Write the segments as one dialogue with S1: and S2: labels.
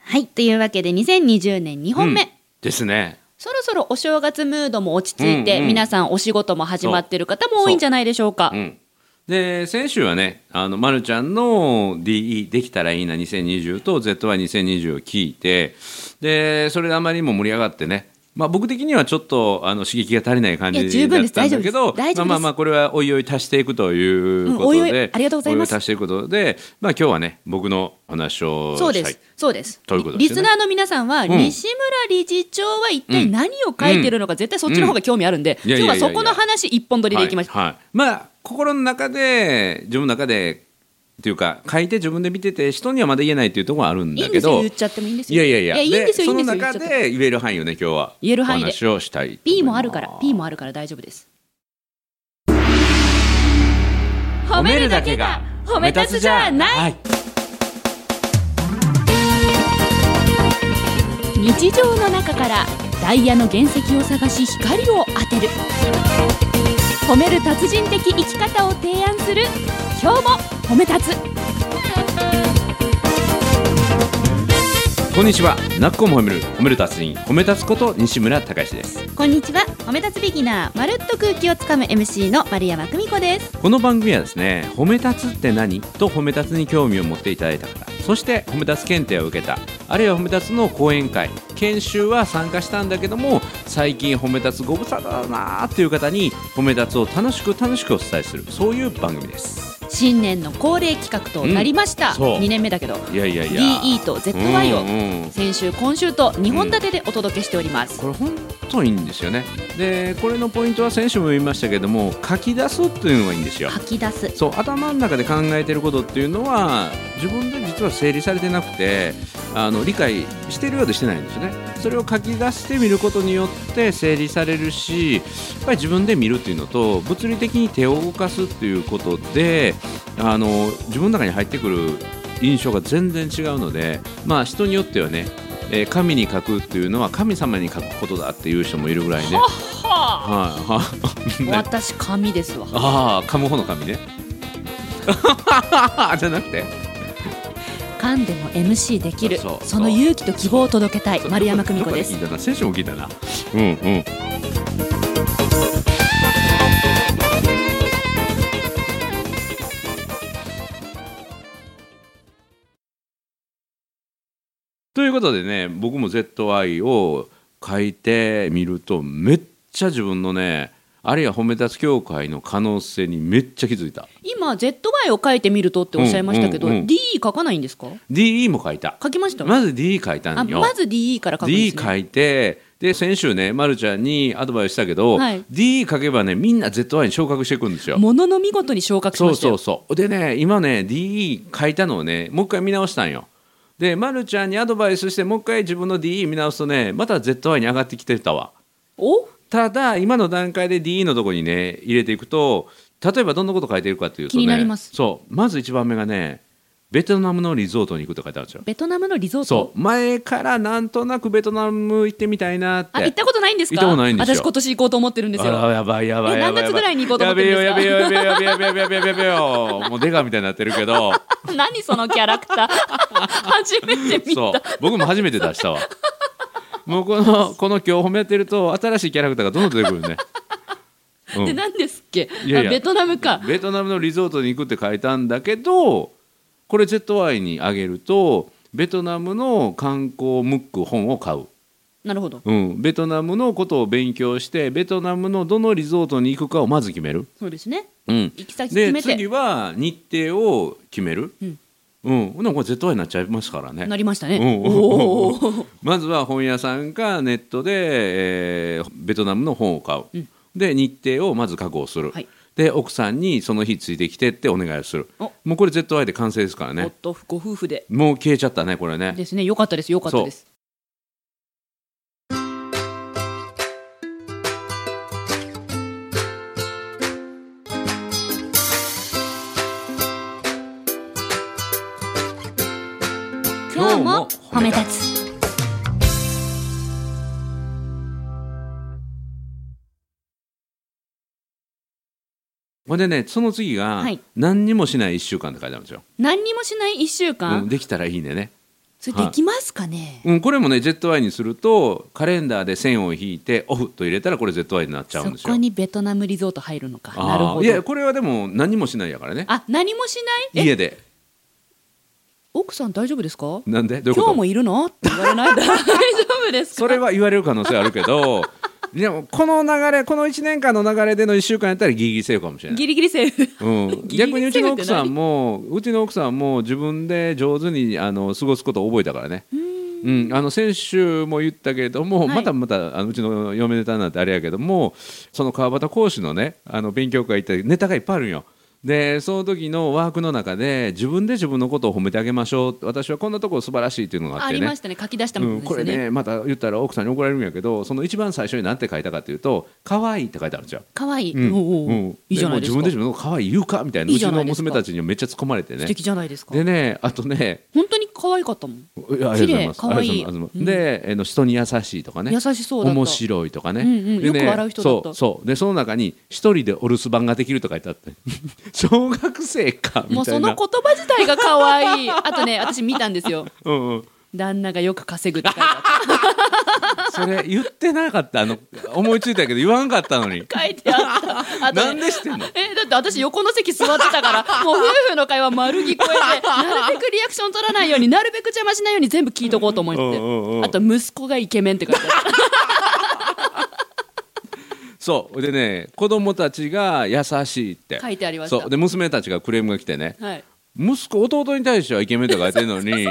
S1: はいというわけで2020年2本目、
S2: うんですね。
S1: そろそろお正月ムードも落ち着いて、
S2: うんうん
S1: 皆さんお仕事も始まってる方も多いんじゃないでしょうか
S2: うん。で、先週はね、あの、まるちゃんの DE できたらいいな2020と ZY2020 を聞いて、で、それであまりにも盛り上がってね、まあ僕的にはちょっとあの刺激が足りない感
S1: いや
S2: じ
S1: 十
S2: だ
S1: 分
S2: っ
S1: です
S2: たんだけ
S1: 大丈夫
S2: ど、
S1: です大丈夫です
S2: まあまあまあこれはおいおい足していくということ
S1: うんお
S2: で、
S1: いおいありがとうございます
S2: おお足していくことで、まあ今日はね、僕のお話をした
S1: そ
S2: い。
S1: うです、そうです
S2: ということです
S1: リス
S2: よね
S1: ナーの皆さんは、
S2: ん
S1: 西村理事長は一体何を書いてるのか、絶対そっちの方が興味あるんで、
S2: うんいやいやい
S1: 今
S2: や
S1: 日
S2: い
S1: は
S2: や
S1: そこの話一本取りでいきましょう、
S2: はいはいまあ心の中で自分の中でっていうか書いて自分で見てて人にはまだ言えないっていうところはあるん
S1: い、いん
S2: だけ
S1: ですよ
S2: ど
S1: 言っちゃってもいいんです
S2: い
S1: よ
S2: やいやいや
S1: いいんですよいいん
S2: その
S1: ですよ言っ
S2: 中
S1: ちゃって
S2: で言える範囲をね今日は
S1: 言える範囲で
S2: お話をしたいと思い
S1: P
S2: ます
S1: もあるから P もあるから大丈夫です褒
S2: はい
S1: 日常の中からダイヤの原石を探し光を当てる褒める達人的生き方を提案する今日も褒め立つ
S2: こんにちはなっこも褒める褒める達人褒め立つこと西村隆史です
S1: こんにちは褒め立つビギナーまるっと空気をつかむ MC の丸山久美子です
S2: この番組はですね褒め立つって何と褒め立つに興味を持っていただいた方そして褒め立つ検定を受けたあるいは褒め立つの講演会研修は参加したんだけども最近褒め立つご無沙汰だなーっていう方に褒め立つを楽しく楽しくお伝えするそういう番組です
S1: 新年の恒例企画となりました、
S2: うんそう
S1: 2年目だけど
S2: いやいやいや
S1: DE と ZY を
S2: うんうん
S1: 先週今週と2本立てでお届けしております、
S2: これ本当にいいんですよねでこれのポイントは先週も言いましたけども書き出すっていうのがいいんですよ
S1: 吐き出 す
S2: そう頭の中で考えてることっていうのは自分で実は整理されてなくてあの理解してるようでしてないんですよねそれを書き出してみることによって整理されるしやっぱり自分で見るっていうのと物理的に手を動かすっていうことであの自分の中に入ってくる印象が全然違うのでまあ人によってはねえー神に書くっていうのは神様に書くことだっていう人もいるぐらいね。はい
S1: は
S2: はい。
S1: あ、私紙ですわ
S2: ああ、カムホの紙ね。 じゃなくて。
S1: 噛んでも MC できる
S2: そうそう
S1: その勇気と希望を届けたい丸山久美子で
S2: ど
S1: す
S2: こ聞いたな先週も聞いたな。うんうん。ということでね、僕も ZI を書いてみると、めっちゃ自分のね、あるいは褒め立つ協会の可能性にめっちゃ気づいた。
S1: 今 ZY を書いてみるとっておっしゃいましたけど、
S2: うんうんうん
S1: DE 書かないんですか
S2: DE も書いた。
S1: 書きました、
S2: まず DE 書いた
S1: あ
S2: んよ。
S1: まず DE から書くんで
S2: D
S1: す、ね、
S2: 書いてで先週ね、ま、るちゃんにアドバイスしたけど、
S1: はい
S2: D 書けばねみんな ZY に昇格していくんですよ。
S1: ものの見事に昇格し
S2: そ
S1: ま
S2: う
S1: した
S2: そ
S1: よ
S2: うそうでね今ね D 書いたのをねもう一回見直したんよ。で、ま、るちゃんにアドバイスしてもう一回自分の D 見直すとねまた ZY に上がってきてたわ。
S1: お
S2: ただ今の段階で D のとこにね入れていくと例えばどんなこと書いてるかっていうと
S1: 気
S2: ね
S1: になります
S2: そうまず一番目がねベトナムのリゾートに行くと書いてあるんですよ。
S1: ベトナムのリゾー
S2: そ
S1: ト
S2: う前からなんとなくベトナム行ってみたいなって
S1: あ行ったことないんですか
S2: 行ったことないんですよ
S1: 私今年行こうと思ってるんです
S2: あ
S1: よ
S2: らやばいやばい
S1: え
S2: やば
S1: 何
S2: い
S1: 月ぐらいに行こうと思ってるんですか
S2: やべえよやべえよやべえよやべえよやべえよやべえよやべえよもう出川みたいになってるけど
S1: 何そのキャラクター 初め て見
S2: そう
S1: た
S2: 僕も初めて出したわもうこのこの今日褒めてると新しいキャラクターがどんどん出てくるね、うん
S1: で何ですっけ
S2: いやい
S1: あ
S2: や
S1: ベトナムか
S2: ベトナムのリゾートに行くって書いたんだけどこれ ZY にあげるとベトナムの観光ムック本を買う
S1: なるほど
S2: うん、ベトナムのことを勉強してベトナムのどのリゾートに行くかをまず決める、
S1: そうですね
S2: うん、
S1: 行き先決
S2: で
S1: めて
S2: 次は日程を決める、
S1: うん
S2: うんほなこれ ZY になっちゃいますからね
S1: なりましたね
S2: うん
S1: おー
S2: まずは本屋さんかネットで、えーベトナムの本を買う、
S1: うん
S2: で日程をまず確保する、
S1: はい
S2: で奥さんにその日ついてきてってお願いをする
S1: お
S2: もうこれ ZY で完成ですからね
S1: 夫ご夫婦で
S2: もう消えちゃったねこれね
S1: ですね良かったです良かったです
S2: 今日も褒め
S1: 立つ
S2: ほんでねその次が、
S1: はい
S2: 何にもしない1週間って書いてあるんですよ、
S1: 何にもしない一週
S2: う
S1: 間
S2: ん、できたらいいねね
S1: それできますかね、
S2: うん、これもね ZY にするとカレンダーで線を引いてオフと入れたらこれ ZY になっちゃうんです
S1: そ
S2: よ
S1: こ。にベトナムリゾート入るのか
S2: あー
S1: なるほ
S2: いや
S1: ど
S2: これはでも何もしないやからね
S1: あ何もしないえ
S2: 家で
S1: 奥さん大丈夫ですか
S2: なんでどういう
S1: 今
S2: こ
S1: 日
S2: と
S1: もいるのって言われない 大丈夫ですか
S2: それは言われる可能性あるけど でもこの流れこの1年間の流れでの1週間やったらギリギリセーフかもしれない。
S1: ギリギリセーフ
S2: うん、
S1: ギリ
S2: 逆にうちの
S1: セーフって何
S2: 奥さんもうちの奥さんも自分で上手にあの過ごすことを覚えたからね。うん、あの先週も言ったけれども、
S1: はい
S2: またまたあのうちの嫁ネタなんてあれやけどもその川端講師のねあの勉強会行ったネタがいっぱいあるんよ。でその時のワークの中で自分で自分のことを褒めてあげましょう私はこんなところ素晴らしいっていうのがあっ
S1: あ
S2: て
S1: り
S2: ね
S1: ましたね書き出したも
S2: うんん、
S1: で
S2: こ
S1: す
S2: れ
S1: よね
S2: ねまた言ったら奥さんに怒られるんやけどその一番最初に何て書いたかというと「可愛いって書いてあるじゃん。
S1: 可愛いい、
S2: うん
S1: おうおう
S2: うん
S1: いいじゃないですか
S2: もう自分で自分の可愛い言うかみたいない
S1: いうじ
S2: ち
S1: ゃな
S2: の
S1: いですか
S2: 娘たちにめっちゃ突っ込まれてね
S1: 素敵じゃないですか
S2: でねあとね
S1: 本当に可愛かったもん
S2: いやありがとうございます
S1: 綺麗可愛い
S2: ありがとうござます
S1: うん
S2: であの人に優しいとかね
S1: 優しそうだった
S2: 面白いとかね,、
S1: うんうん
S2: でね
S1: よく笑う人だった
S2: そうそうでその中に一人でお留守番ができるとか書いてあって 小学生かみ
S1: もう
S2: たい
S1: そ
S2: な
S1: の言葉自体が可愛いあとね私見たんですよ
S2: うんうん
S1: 旦那がよく稼ぐって書いてあっ
S2: それ言ってなかったあの思いついたけど言わんかったの に
S1: た書いてあっ たあとね
S2: なんでしてんの
S1: えだって私横の席座ってたからもう夫婦の会話丸聞こえ てなるべくリアクション取らないようになるべく邪魔しないように全部聞いとこうと思って
S2: うんうんうん
S1: あと息子がイケメンって書いてあった
S2: そうでね子供たちが優しいって
S1: 書いてありました
S2: そうで娘たちがクレームが来てね
S1: はい
S2: 息子弟に対してはイケメンとか書いてる のに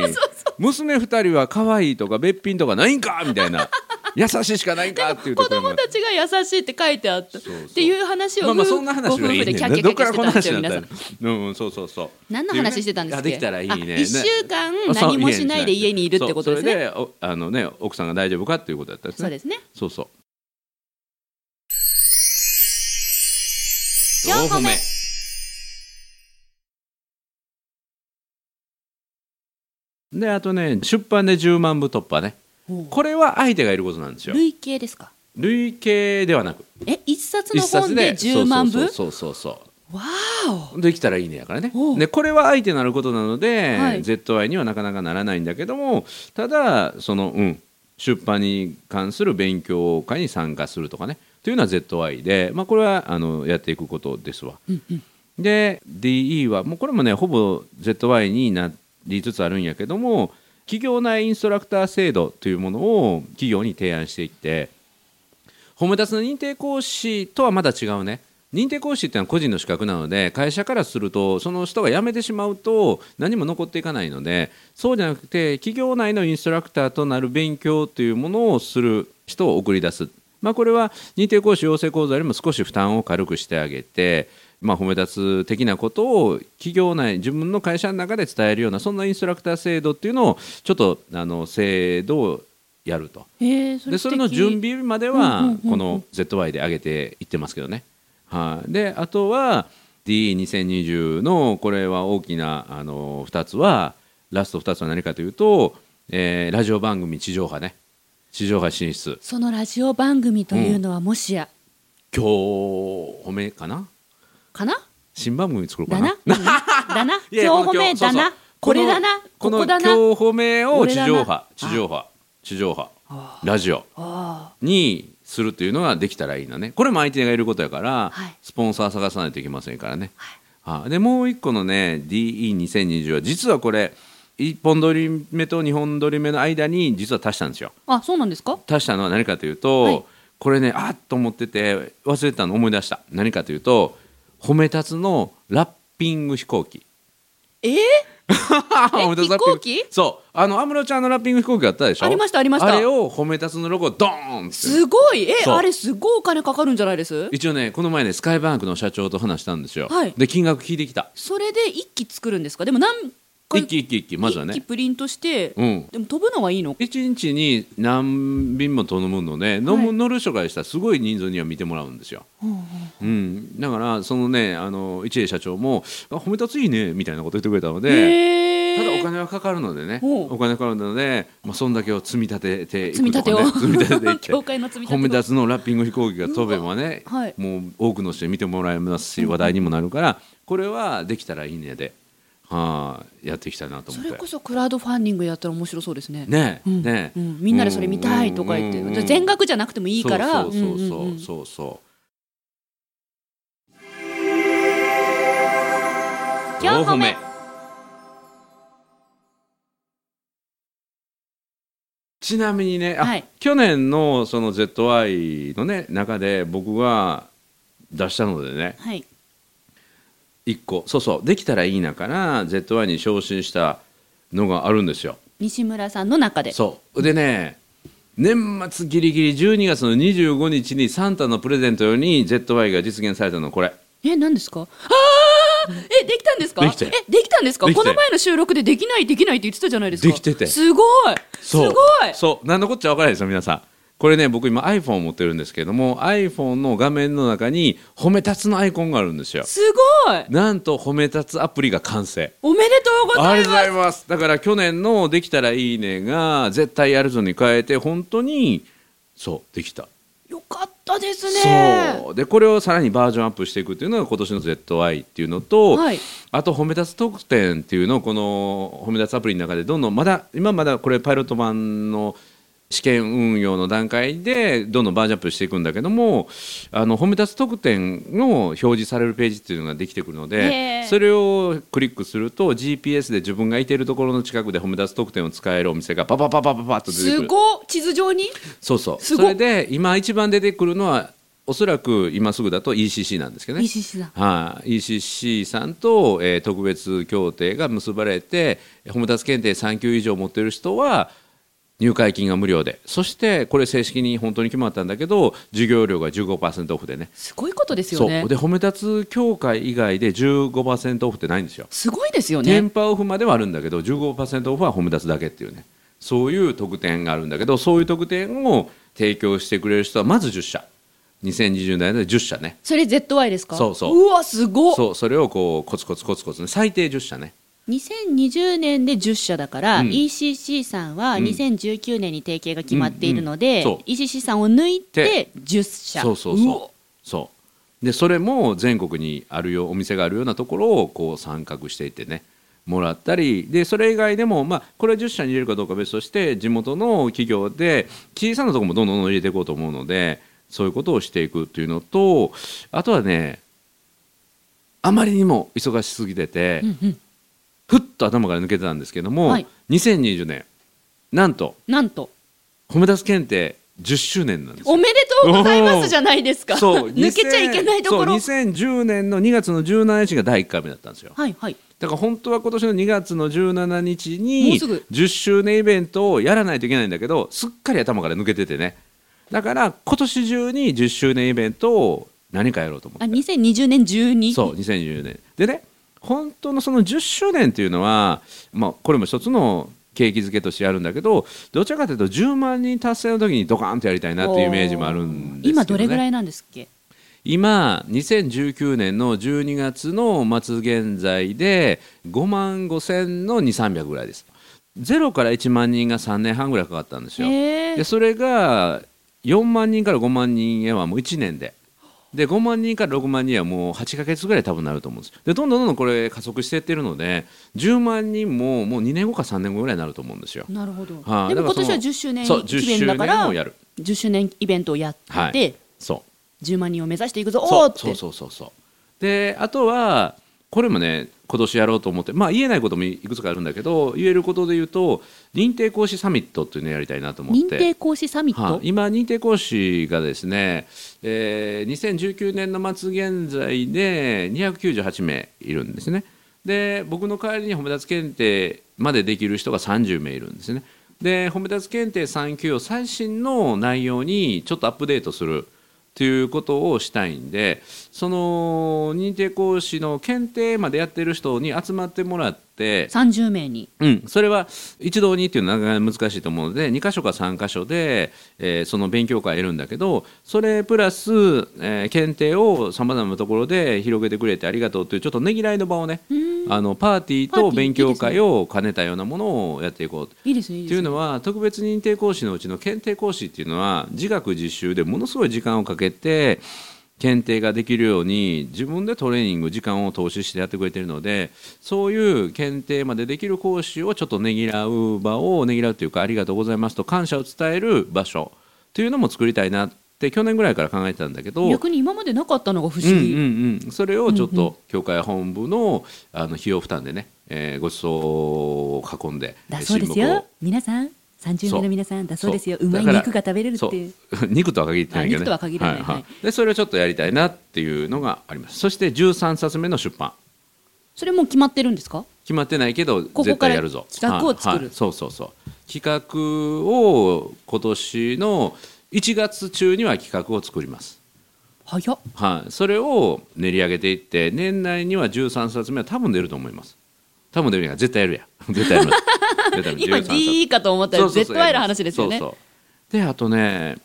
S2: 娘2人は可愛いとかべっぴんとかないんかみたいな優しいしかないんかっていうと
S1: 子
S2: ころ
S1: 供
S2: も
S1: たちが優しいって書いてあった
S2: そうそう
S1: っていう話を
S2: まあ
S1: 夫
S2: まあそ
S1: 婦ご
S2: ん
S1: 夫
S2: な話
S1: 婦
S2: はいい
S1: で
S2: ねん
S1: キ
S2: ね
S1: ャッキャ
S2: どっ
S1: キャ
S2: から
S1: してたん
S2: この
S1: です
S2: 話
S1: よ
S2: にな
S1: 皆さん
S2: ったのうんうんそうそうそう
S1: 何の話してたんですっ
S2: い
S1: け
S2: やできたらいい
S1: あ
S2: ね
S1: 1週間
S2: あそう
S1: 何もしないで家にいるってことです
S2: そう
S1: ね
S2: それでおあのね奥さんが大丈夫かっていうことだったんですね
S1: そうですね
S2: そうそう
S1: 四歩目
S2: であとね出版で10万部突破ね
S1: こ
S2: これは相手がいることなんです
S1: れ
S2: よ
S1: 累計ですか
S2: 累計ではなく
S1: え一冊
S2: 一
S1: の
S2: 冊
S1: 本
S2: で
S1: で10万部
S2: そうそうそうそうそう
S1: わーお
S2: できたらいいねやからね
S1: おう
S2: でこれは相手なることなので、
S1: はい
S2: ZI にはなかなかならないんだけどもただその、うん、出版に関する勉強会に参加するとかねというのは ZI で、まあ、これはあのやっていくことですわ。で DE はもうこれもねほぼ ZY になりつつあるんやけども企業内インストラクター制度というものを企業に提案していって褒め立つの認定講師とはまだ違うね認定講師っていうのは個人の資格なので会社からするとその人が辞めてしまうと何も残っていかないのでそうじゃなくて企業内のインストラクターとなる勉強というものをする人を送り出す、まあ、これは認定講師養成講座よりも少し負担を軽くしてあげて、まあ、褒め立つ的なことを企業内自分の会社の中で伝えるようなそんなインストラクター制度っていうのをちょっとあの制度をやると。
S1: えーそれ
S2: で
S1: 素
S2: そ
S1: 敵
S2: れの準備までは
S1: うんうんうんうん
S2: この ZY で上げていってますけどね。はい、であとは D2020 のこれは大きなあの2つはラスト2つは何かというと、えーラジオ番組地上波ね地上波進出
S1: そのラジオ番組というのはもしや、
S2: 今日褒めかな
S1: かな
S2: 新番組作ろうか
S1: だ
S2: な
S1: な。だな。
S2: いやいや
S1: 今日褒
S2: この
S1: め
S2: 今日
S1: だ
S2: そうそう
S1: な。これだな。こ
S2: この
S1: こだな。
S2: 今日褒めを地
S1: こ
S2: 上波
S1: れだな
S2: 地上波地上波ラジオ
S1: あ
S2: にするっていうのができたらいいなねこれも相手がいることやから、
S1: はい
S2: スポンサー探さないといけませんからね、はい、でもう一個のね DE2020 は実はこれ1本取り目と2本取り目の間に実は足したんですよ
S1: あ、そうなんですか。
S2: 足したのは何かというと、
S1: はい
S2: これねあっと思ってて忘れてたの思い出した何かというと褒め立つのラッピング飛行機
S1: えー、
S2: 褒め立つラッピ
S1: 飛
S2: ング
S1: 行機
S2: そうあの安室ちゃんのラッピング飛行機あったでしょ
S1: ありましたありました
S2: あれを褒め立つのロゴドーンって
S1: すごい。え、
S2: そう
S1: あれすごいお金かかるんじゃないです。
S2: 一応ねこの前ねスカイバンクの社長と話したんですよ、
S1: はい
S2: で金額聞いてきた
S1: それで一機作るんですか。でも何回
S2: 一気一気一気まずは
S1: 一機
S2: ね
S1: プリントして、
S2: うん
S1: でも飛ぶのはいいの。
S2: 一日に何便も頼むので、飲む乗る人からしたらすごい人数には見てもらうんですよ、うん、だからそのねあの一栄社長も「あ褒めたついいね」みたいなこと言ってくれたので、
S1: へ
S2: ただお
S1: え。
S2: 金はかかるのでね
S1: ほう
S2: お金かかるので、まあ、そんだけを積み立ててい
S1: 積み
S2: くと
S1: 立てを
S2: か、ね、積み立てていって
S1: 教会の積み立
S2: 褒
S1: て
S2: め
S1: の
S2: 立つのラッピング飛行機が飛べばね、
S1: うわ はい
S2: もう多くの人に見てもらえますし話題にもなるからこれはできたらいいねではいやっていきたいなと思
S1: そ
S2: っ
S1: れ
S2: て。
S1: こそクラウドファンディングやったら面白そうですね。
S2: ね
S1: うん
S2: ね
S1: うんみんなでそれ見たいとか言って、
S2: うんうん
S1: じゃあ全額じゃなくてもいいから。
S2: そうそうそううんそ
S1: うんう
S2: うんそうそう
S3: 4歩目
S2: ちなみにね、あ
S1: はい
S2: 去年のその ZY のね中で僕が出したのでね
S1: はい。
S2: 一個そうそうできたらいいなから ZY に昇進したのがあるんですよ。
S1: 西村さんの中で。
S2: そうでね年末ギリギリ12月の25日にサンタのプレゼント用に ZY が実現されたのこれ
S1: え、何ですかああえ、できたんですか
S2: できた
S1: え
S2: よ、
S1: できたんですか
S2: でき
S1: こ
S2: たよ
S1: の前の収録でできないできないって言ってたじゃないですか。
S2: できてて
S1: すごいすご
S2: そ
S1: いう
S2: そう何のこっちゃ分からないですよ皆さんこれね僕今 iPhone を持ってるんですけれども iPhone の画面の中に褒め立つのアイコンがあるんですよ
S1: すごい
S2: なんと褒め立つアプリが完成
S1: おめでとうご
S2: あ
S1: ざ
S2: り
S1: い
S2: が
S1: ます
S2: とうございますだから去年の「できたらいいね」が絶対やるぞに変えて本当にそうできた
S1: よかったですね。
S2: そうでこれをさらにバージョンアップしていくっていうのが今年の ZY っていうのと、
S1: はい
S2: あと褒め立つ特典っていうのをこの褒め立つアプリの中でどんどんまだ今まだこれパイロット版の試験運用の段階でどんどんバージョンアップしていくんだけどもあの褒め立つ特典の表示されるページっていうのができてくるの
S1: へ
S2: で
S1: ー
S2: それをクリックすると GPS で自分がいてるところの近くで褒め立つ特典を使えるお店がパパパパパパッと出てく
S1: す
S2: る
S1: ごい地図上に
S2: そうそう。
S1: す
S2: そ
S1: ごっ
S2: れで今一番出てくるのはおそらく今すぐだと ECC なんですけどね。
S1: 西さん。
S2: はい、ECC さんと、えー特別協定が結ばれてホムダス検定3級以上持ってる人は入会金が無料でそしてこれ正式に本当に決まったんだけど授業料が15%オフでね
S1: すごいことです
S2: そ
S1: よ
S2: う
S1: ね。
S2: で褒め立つ協会以外で15%オフってないんですよ、
S1: すごいですよ
S2: テン
S1: ね。
S2: パオフまではあるんだけど15%オフはホムダスだけっていうねそういう特典があるんだけどそういう特典を提供してくれる人はまず10社2020年で10社ね
S1: それ ZY ですか
S2: そうそう
S1: うわ、すごい
S2: そうそれをこうコツコツコツコツね最低10社ね
S1: 2020年で10社だから、
S2: うん
S1: ECC さんは
S2: ん
S1: 2019年に提携が決まっているので、
S2: うんうんそう
S1: ECC さんを抜いて
S2: て
S1: 10社
S2: そうそう
S1: わ
S2: そうそうでそれも全国にあるよお店があるようなところをこう参画していってねもらったりでそれ以外でも、まあ、これは10社に入れるかどうかは別として地元の企業で小さなところもどんどんどんどん入れていこうと思うのでそういうことをしていくっていうのとあとはねあまりにも忙しすぎてて、
S1: うんうん
S2: ふっと頭から抜けてたんですけども、
S1: はい
S2: 2020年なんと
S1: なんと
S2: 褒め出す検定10周年なんですよ
S1: おめでとうございますじゃないですか
S2: そう
S1: 抜けちゃいけないところ
S2: 2000そう2010年の2月の17日が第1回目だったんですよ
S1: はいはい
S2: だから本当は今年の2月の17日
S1: もう
S2: に
S1: すぐ
S2: 10周年イベントをやらないといけないんだけどすっかり頭から抜けててねだから今年中に10周年イベントを何かやろうと思
S1: あ
S2: って
S1: 2020年12
S2: そう2020年でね本当のその10周年っていうのは、まあ、これも一つの景気づけとしてやるんだけどどちらかというと10万人達成の時にドカーンとやりたいなっていうイメージもあるんですけど、ね、
S1: 今どれぐらいなんですっけ
S2: 今2019年の12月の末現在で5万5千の2300ぐらいです0から1万人が3年半ぐらいかかったんですよ
S1: へ
S2: で
S1: え
S2: それが4万人から5万人へはもう1年でで5万人から6万人はもう8ヶ月ぐらい多分なると思うんですでどんどんどんどんこれ加速していってるので10万人ももう2年後か3年後ぐらいになると思うんですよ
S1: なるほど、
S2: はい
S1: でも今
S2: だからその
S1: 年は10周年
S2: そう
S1: 記念だから
S2: 10周年をやる
S1: 10周年イベントをやって、
S2: はいそう
S1: 10万人を目指していくぞ
S2: そ
S1: おー
S2: う
S1: って
S2: そうそうそうそうであとはこれもね今年やろうと思ってまあ言えないこともいくつかあるんだけど言えることで言うと認定講師サミットっていうのをやりたいなと思って
S1: 認定講師サミット、
S2: はい、今認定講師がですね、えー2019年の末現在で298名いるんですねで僕の代わりに褒め立つ検定までできる人が30名いるんですねで褒め立つ検定3級を最新の内容にちょっとアップデートするということをしたいんでその認定講師の検定までやってる人に集まってもらって
S1: 30名に
S2: うん、それは一堂にっていうのはなかなか難しいと思うので2箇所か3箇所で、えーその勉強会を得るんだけどそれプラス、えー検定をさまざまなところで広げてくれてありがとうというちょっとねぎらいの場をねあのパーティー
S1: パーテ
S2: と
S1: ィー
S2: 勉強会を兼ねたようなものをやっていこうと。
S1: いいですねいいで
S2: ってい
S1: す
S2: う
S1: ね
S2: のは特別認定講師のうちの検定講師っていうのは自学自習でものすごい時間をかけて検定ができるように自分でトレーニング時間を投資してやってくれてるのでそういう検定までできる講師をちょっとねぎらう場をねぎらうというかありがとうございますと感謝を伝える場所というのも作りたいなって去年ぐらいから考えてたんだけど
S1: 逆に今までなかったのが不思
S2: うん
S1: 議、
S2: うんうん、それをちょっと教会本部のあの費用負担でね、えーごちそうを囲んで
S4: だそうです
S2: 親睦
S4: よ
S2: を。
S4: 皆さん30名の皆さんだそうですよ
S2: そう
S4: うまい
S2: だから
S4: 肉が食べれるっていう
S2: そう 肉とは限ってないけど、
S1: あ肉
S2: ね、
S1: とは限らないはい
S2: でそれをちょっとやりたいなっていうのがありますそして13冊目の出版
S1: それもう決まってるんですか
S2: 決まってないけど
S1: こ
S2: 絶対やるぞ
S1: 企画を作る
S2: はいはいそうそうそう企画を今年の1月中には企画を作ります
S1: 早っ
S2: はい、それを練り上げていって年内には13冊目は多分出ると思います多分出るやん絶対やるやん絶対やる絶対やる
S1: 今
S2: 13冊
S1: D かと思った
S2: そ
S1: ら
S2: うそうそう
S1: 絶対ある話ですよね
S2: そうそうであとね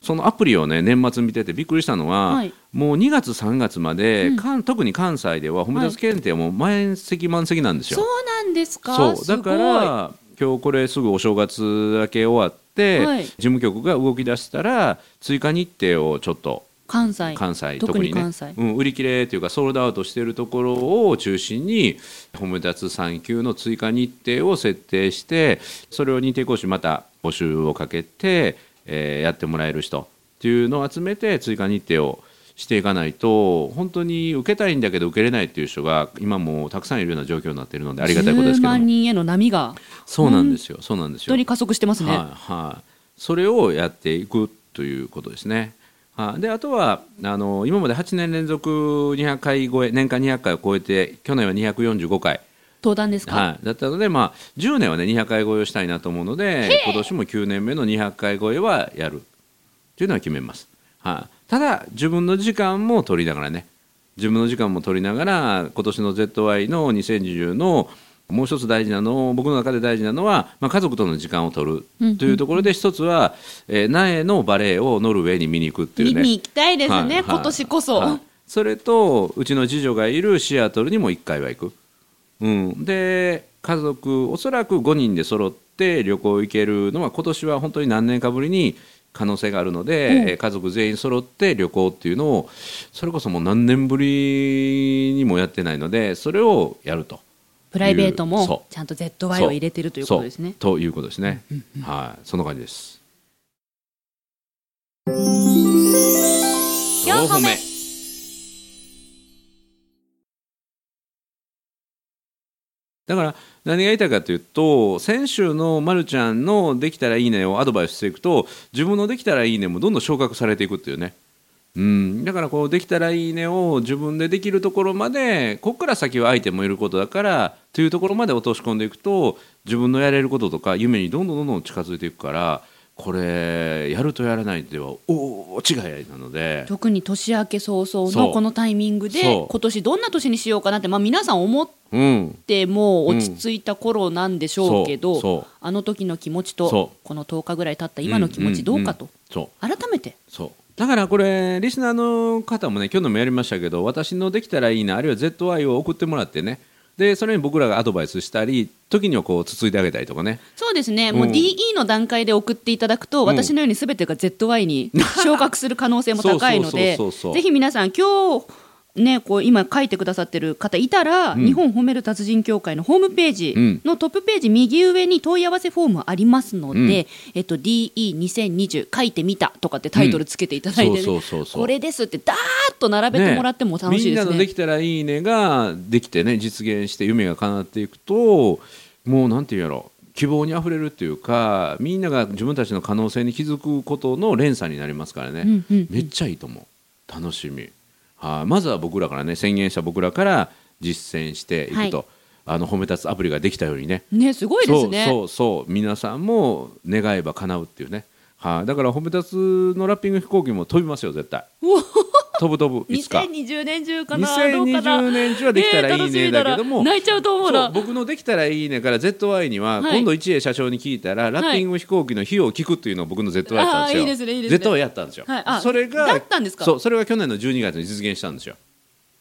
S2: そのアプリをね年末見ててびっくりしたのは、
S1: はい
S2: もう2月3月まで、関特に関西では褒め立つ検定はもう満席満席なんですよ、
S1: そうなんですか
S2: そう
S1: すご
S2: だ
S1: い
S2: から今日これすぐお正月明け終わって、
S1: はい
S2: 事務局が動き出したら追加日程をちょっと
S1: 関西
S2: 関西
S1: 特
S2: 特
S1: に
S2: にね
S1: 関西
S2: うん、売り切れというかソールドアウトしているところを中心に褒め立つ3級の追加日程を設定してそれを認定講師また募集をかけて、えーやってもらえる人っていうのを集めて追加日程をしていかないと本当に受けたいんだけど受けれないっていう人が今もうたくさんいるような状況になっているのでありがたいことで
S1: 10
S2: すけど
S1: 万
S2: も
S1: 人への波が
S2: そうなんですよそうなんです
S1: 本当
S2: よ
S1: に加速してますね、
S2: はいはい、それをやっていくということですね。はいであとはあの今まで8年連続200回超え年間200回を超えて去年は245回、
S1: 登壇ですか、
S2: はい、だったので、まあ、10年は、ね、200回超えをしたいなと思うので今年も9年目の200回超えはやるというのは決めます、はい、ただ自分の時間も取りながらね自分の時間も取りながら今年の ZY の2020のもう一つ大事なの僕の中で大事なのは、まあ、家族との時間を取るというところで一つは、えー苗のバレエをノルウェーに見に行くっていう
S1: 見
S2: ね。
S1: に行きたいですね、
S2: はいはい
S1: 今年こそ、
S2: はいそれとうちの次女がいるシアトルにも1回は行く、うん、で家族おそらく5人で揃って旅行行けるのは今年は本当に何年かぶりに可能性があるので、えー家族全員揃って旅行っていうのをそれこそもう何年ぶりにもやってないのでそれをやると。
S1: プライベート
S2: そ
S1: も
S2: う
S1: ちゃんと ZY を入れてるということですね
S2: そうということですね。はい、そんな感じです。
S3: 四歩目
S2: だから何が言いたいかというと先週のまるちゃんの「できたらいいね」をアドバイスしていくと自分の「できたらいいね」もどんどん昇格されていくっていうね、うん、だからこう「できたらいいね」を自分でできるところまでここから先は相手もいることだからというところまで落とし込んでいくと自分のやれることとか夢にどんどんどんどん近づいていくからこれやるとやらないでは大違いなので。
S1: 特に年明け早々
S2: そ
S1: の
S2: う
S1: このタイミングで
S2: そう
S1: 今年どんな年にしようかなって、まあ、皆さん思っ
S2: うん
S1: てもう落ち着いた頃なんでしょうけど、
S2: うんそうそう
S1: あの時の気持ち
S2: そ
S1: とこの10日ぐらい経った今の気持ちどうかと、
S2: んんんそう
S1: 改めて
S2: そうだからこれリスナーの方もね今日のもやりましたけど私のできたらいいなあるいは ZY を送ってもらってねでそれに僕らがアドバイスしたり時にはこうつついてあげたりとかね
S1: そうですね、もう DE の段階で送っていただくと、私のようにすべてが ZY に昇格する可能性も高いので、
S2: そうそうそうそう
S1: ぜひ皆さん、今日ねこう今、書いてくださってる方いたら、日本褒める達人協会のホームページのトップページ、右上に問い合わせフォームありますので、
S2: うん
S1: えっと、DE2020 書いてみたとかってタイトルつけていただいてね、
S2: うんそうそうそうそう
S1: これですって、だーっと並べてもらっても楽しいです
S2: みん
S1: ね。
S2: なのできたらいいねができてね実現して夢が叶っていくともうなんていうんやろ希望にあふれるっていうかみんなが自分たちの可能性に気づくことの連鎖になりますからね、
S1: うんうんうん
S2: めっちゃいいと思う楽しみはいまずは僕らからね宣言した僕らから実践していくと、
S1: は
S2: あの褒め立つアプリができたようにね
S1: ね、すごいですね。
S2: そうそうそう皆さんも願えば叶うっていうね、はい、だから褒め立つのラッピング飛行機も飛びますよ絶対飛ぶ飛 ぶいつか
S1: 2020年中かなどうかな
S2: 2020年中はできたらいいねだけど
S1: えー楽しみ
S2: も、
S1: だな泣いちゃうと思う
S2: そう
S1: な
S2: 僕のできたらいいねから ZY には
S1: はい
S2: 今度一栄社長に聞いたら、ラッピング飛行機の費用を聞くっていうのを僕の ZY やったんです
S1: あー
S2: よ
S1: いいですねいいですね
S2: ZY やったんですよ、
S1: はいあ
S2: それが
S1: だったんですか
S2: そうそれが去年の12月に実現したんですよ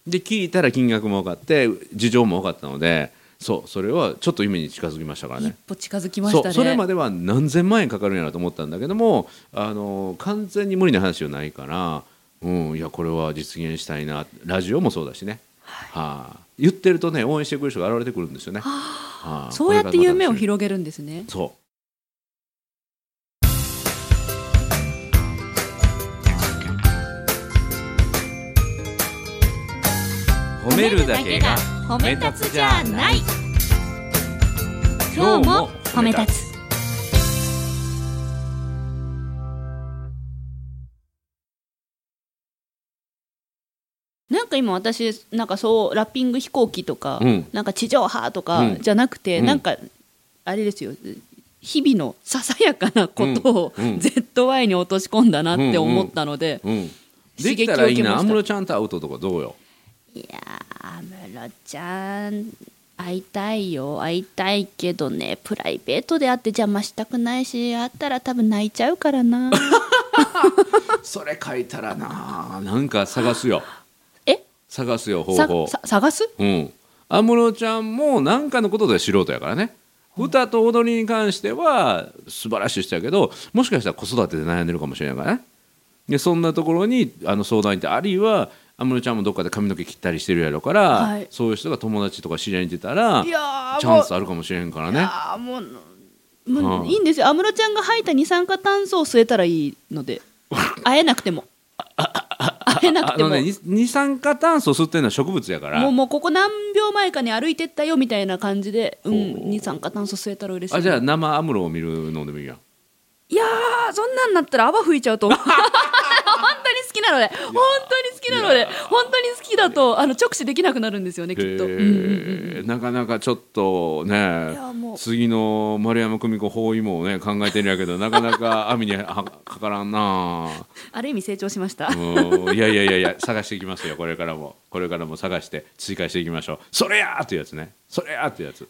S2: で聞いたら金額も分かって事情も分かったのでそうそれはちょっと夢に近づきましたから
S1: 一
S2: ね
S1: 歩近づきました
S2: そ
S1: ね
S2: うそれまでは何千万円かかるんやろと思ったんだけどもあの完全に無理な話じゃないからうん、いやこれは実現したいなラジオもそうだしね、はあ、言ってるとね応援してくれる人が現れてくるんですよね、はあ
S1: そうやって夢を
S2: げ
S1: 広げるんですね
S2: そう褒めるだけが褒め立つじゃない
S3: 今日も褒め立つ
S1: なんか今私なんかそうラッピング飛行機とか、
S2: うん
S1: なんか地上波と
S2: う
S1: か
S2: ん
S1: じゃなくて、
S2: うん
S1: なんかあれですよ日々のささやかなことを
S2: うんうん
S1: ZY に落とし込んだなって思ったので、
S2: うん、
S1: 刺
S2: で
S1: 激
S2: き
S1: を受けました
S2: たらいいな安室ちゃんと会うととかどうよ
S1: いやー安室ちゃん会いたいよ会いたいけどねプライベートで会って邪魔したくないし会ったら多分泣いちゃうから な
S2: それ書いたらななんか探すよ
S1: え
S2: 探すよ方
S1: さ
S2: 法
S1: さ探す
S2: うん安室ちゃんも何かのことで素人やからね歌と踊りに関しては素晴らしい人やけどもしかしたら子育てで悩んでるかもしれないからねでそんなところにあの相談行ってあるいは安室ちゃんもどっかで髪の毛切ったりしてるやろから、
S1: はい
S2: そういう人が友達とか知り合いに出たら
S1: い
S2: チ
S1: やー
S2: ャンスあるかもしれんからね
S1: あーもうも
S2: う
S1: うんいいんですよ安室ちゃんが吐いた二酸化炭素を吸えたらいいの で会えなくても会えな
S2: あ
S1: くて
S2: の
S1: も、
S2: ねに二酸化炭素吸ってるのは植物やから
S1: もうもうここ何秒前かに歩いてったよみたいな感じで、う、
S2: ほうん
S1: 二酸化炭素吸えたら嬉しい
S2: あじゃあ生アムロを見るのでもいいやん
S1: いやーそんなんなったら泡吹いちゃうと思 う本当に好きなので本当に好きなので本当に好きだとあの直視できなくなるんですよねきっと、うんうん
S2: へえなかなかちょっとね
S1: やもう
S2: 次の丸山久美子包囲網をね考えてるんやけどなかなか網にはかからんな
S1: ある意味成長しました、
S2: うんいやいやいやいや探していきますよこれからもこれからも探して追加していきましょうそれやーっていうやつねそれやーっていうやつ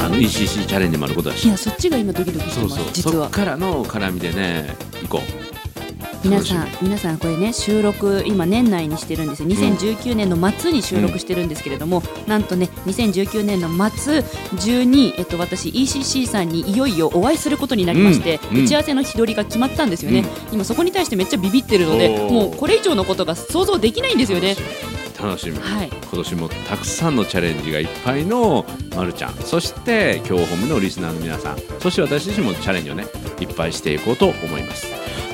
S2: あの ECC チャレンジもあることだし
S1: いやそっちが今ドキドキして
S2: そう
S1: ます
S2: そう
S1: 実
S2: そ
S1: は
S2: っからの絡みでね行こう
S1: 皆さん
S2: 楽し
S1: 皆さんこれね収録今年内にしてるんですよ2019年の末に収録してるんですけれども、なんとね2019年の末中に、えっと、私 ECC さんにいよいよお会いすることになりまして、
S2: うんうん
S1: 打ち合わせの日取りが決まったんですよね、
S2: うん
S1: 今そこに対してめっちゃビビってるので
S2: おー
S1: もうこれ以上のことが想像できないんですよ
S2: み
S1: ね
S2: 楽しみ楽しみ
S1: はい
S2: 今年もたくさんのチャレンジがいっぱいのまるちゃんそして今日ホームのリスナーの皆さんそして私自身もチャレンジをねいっぱいしていこうと思います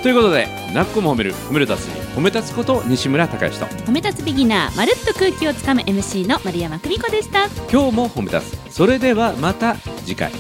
S2: ということで「なっこも褒める褒める達人褒め立つこと西村孝之と
S3: 褒め立つビギナーまるっと空気をつかむ MC の丸山久美子でした
S2: 今日も褒め立つそれではまた次回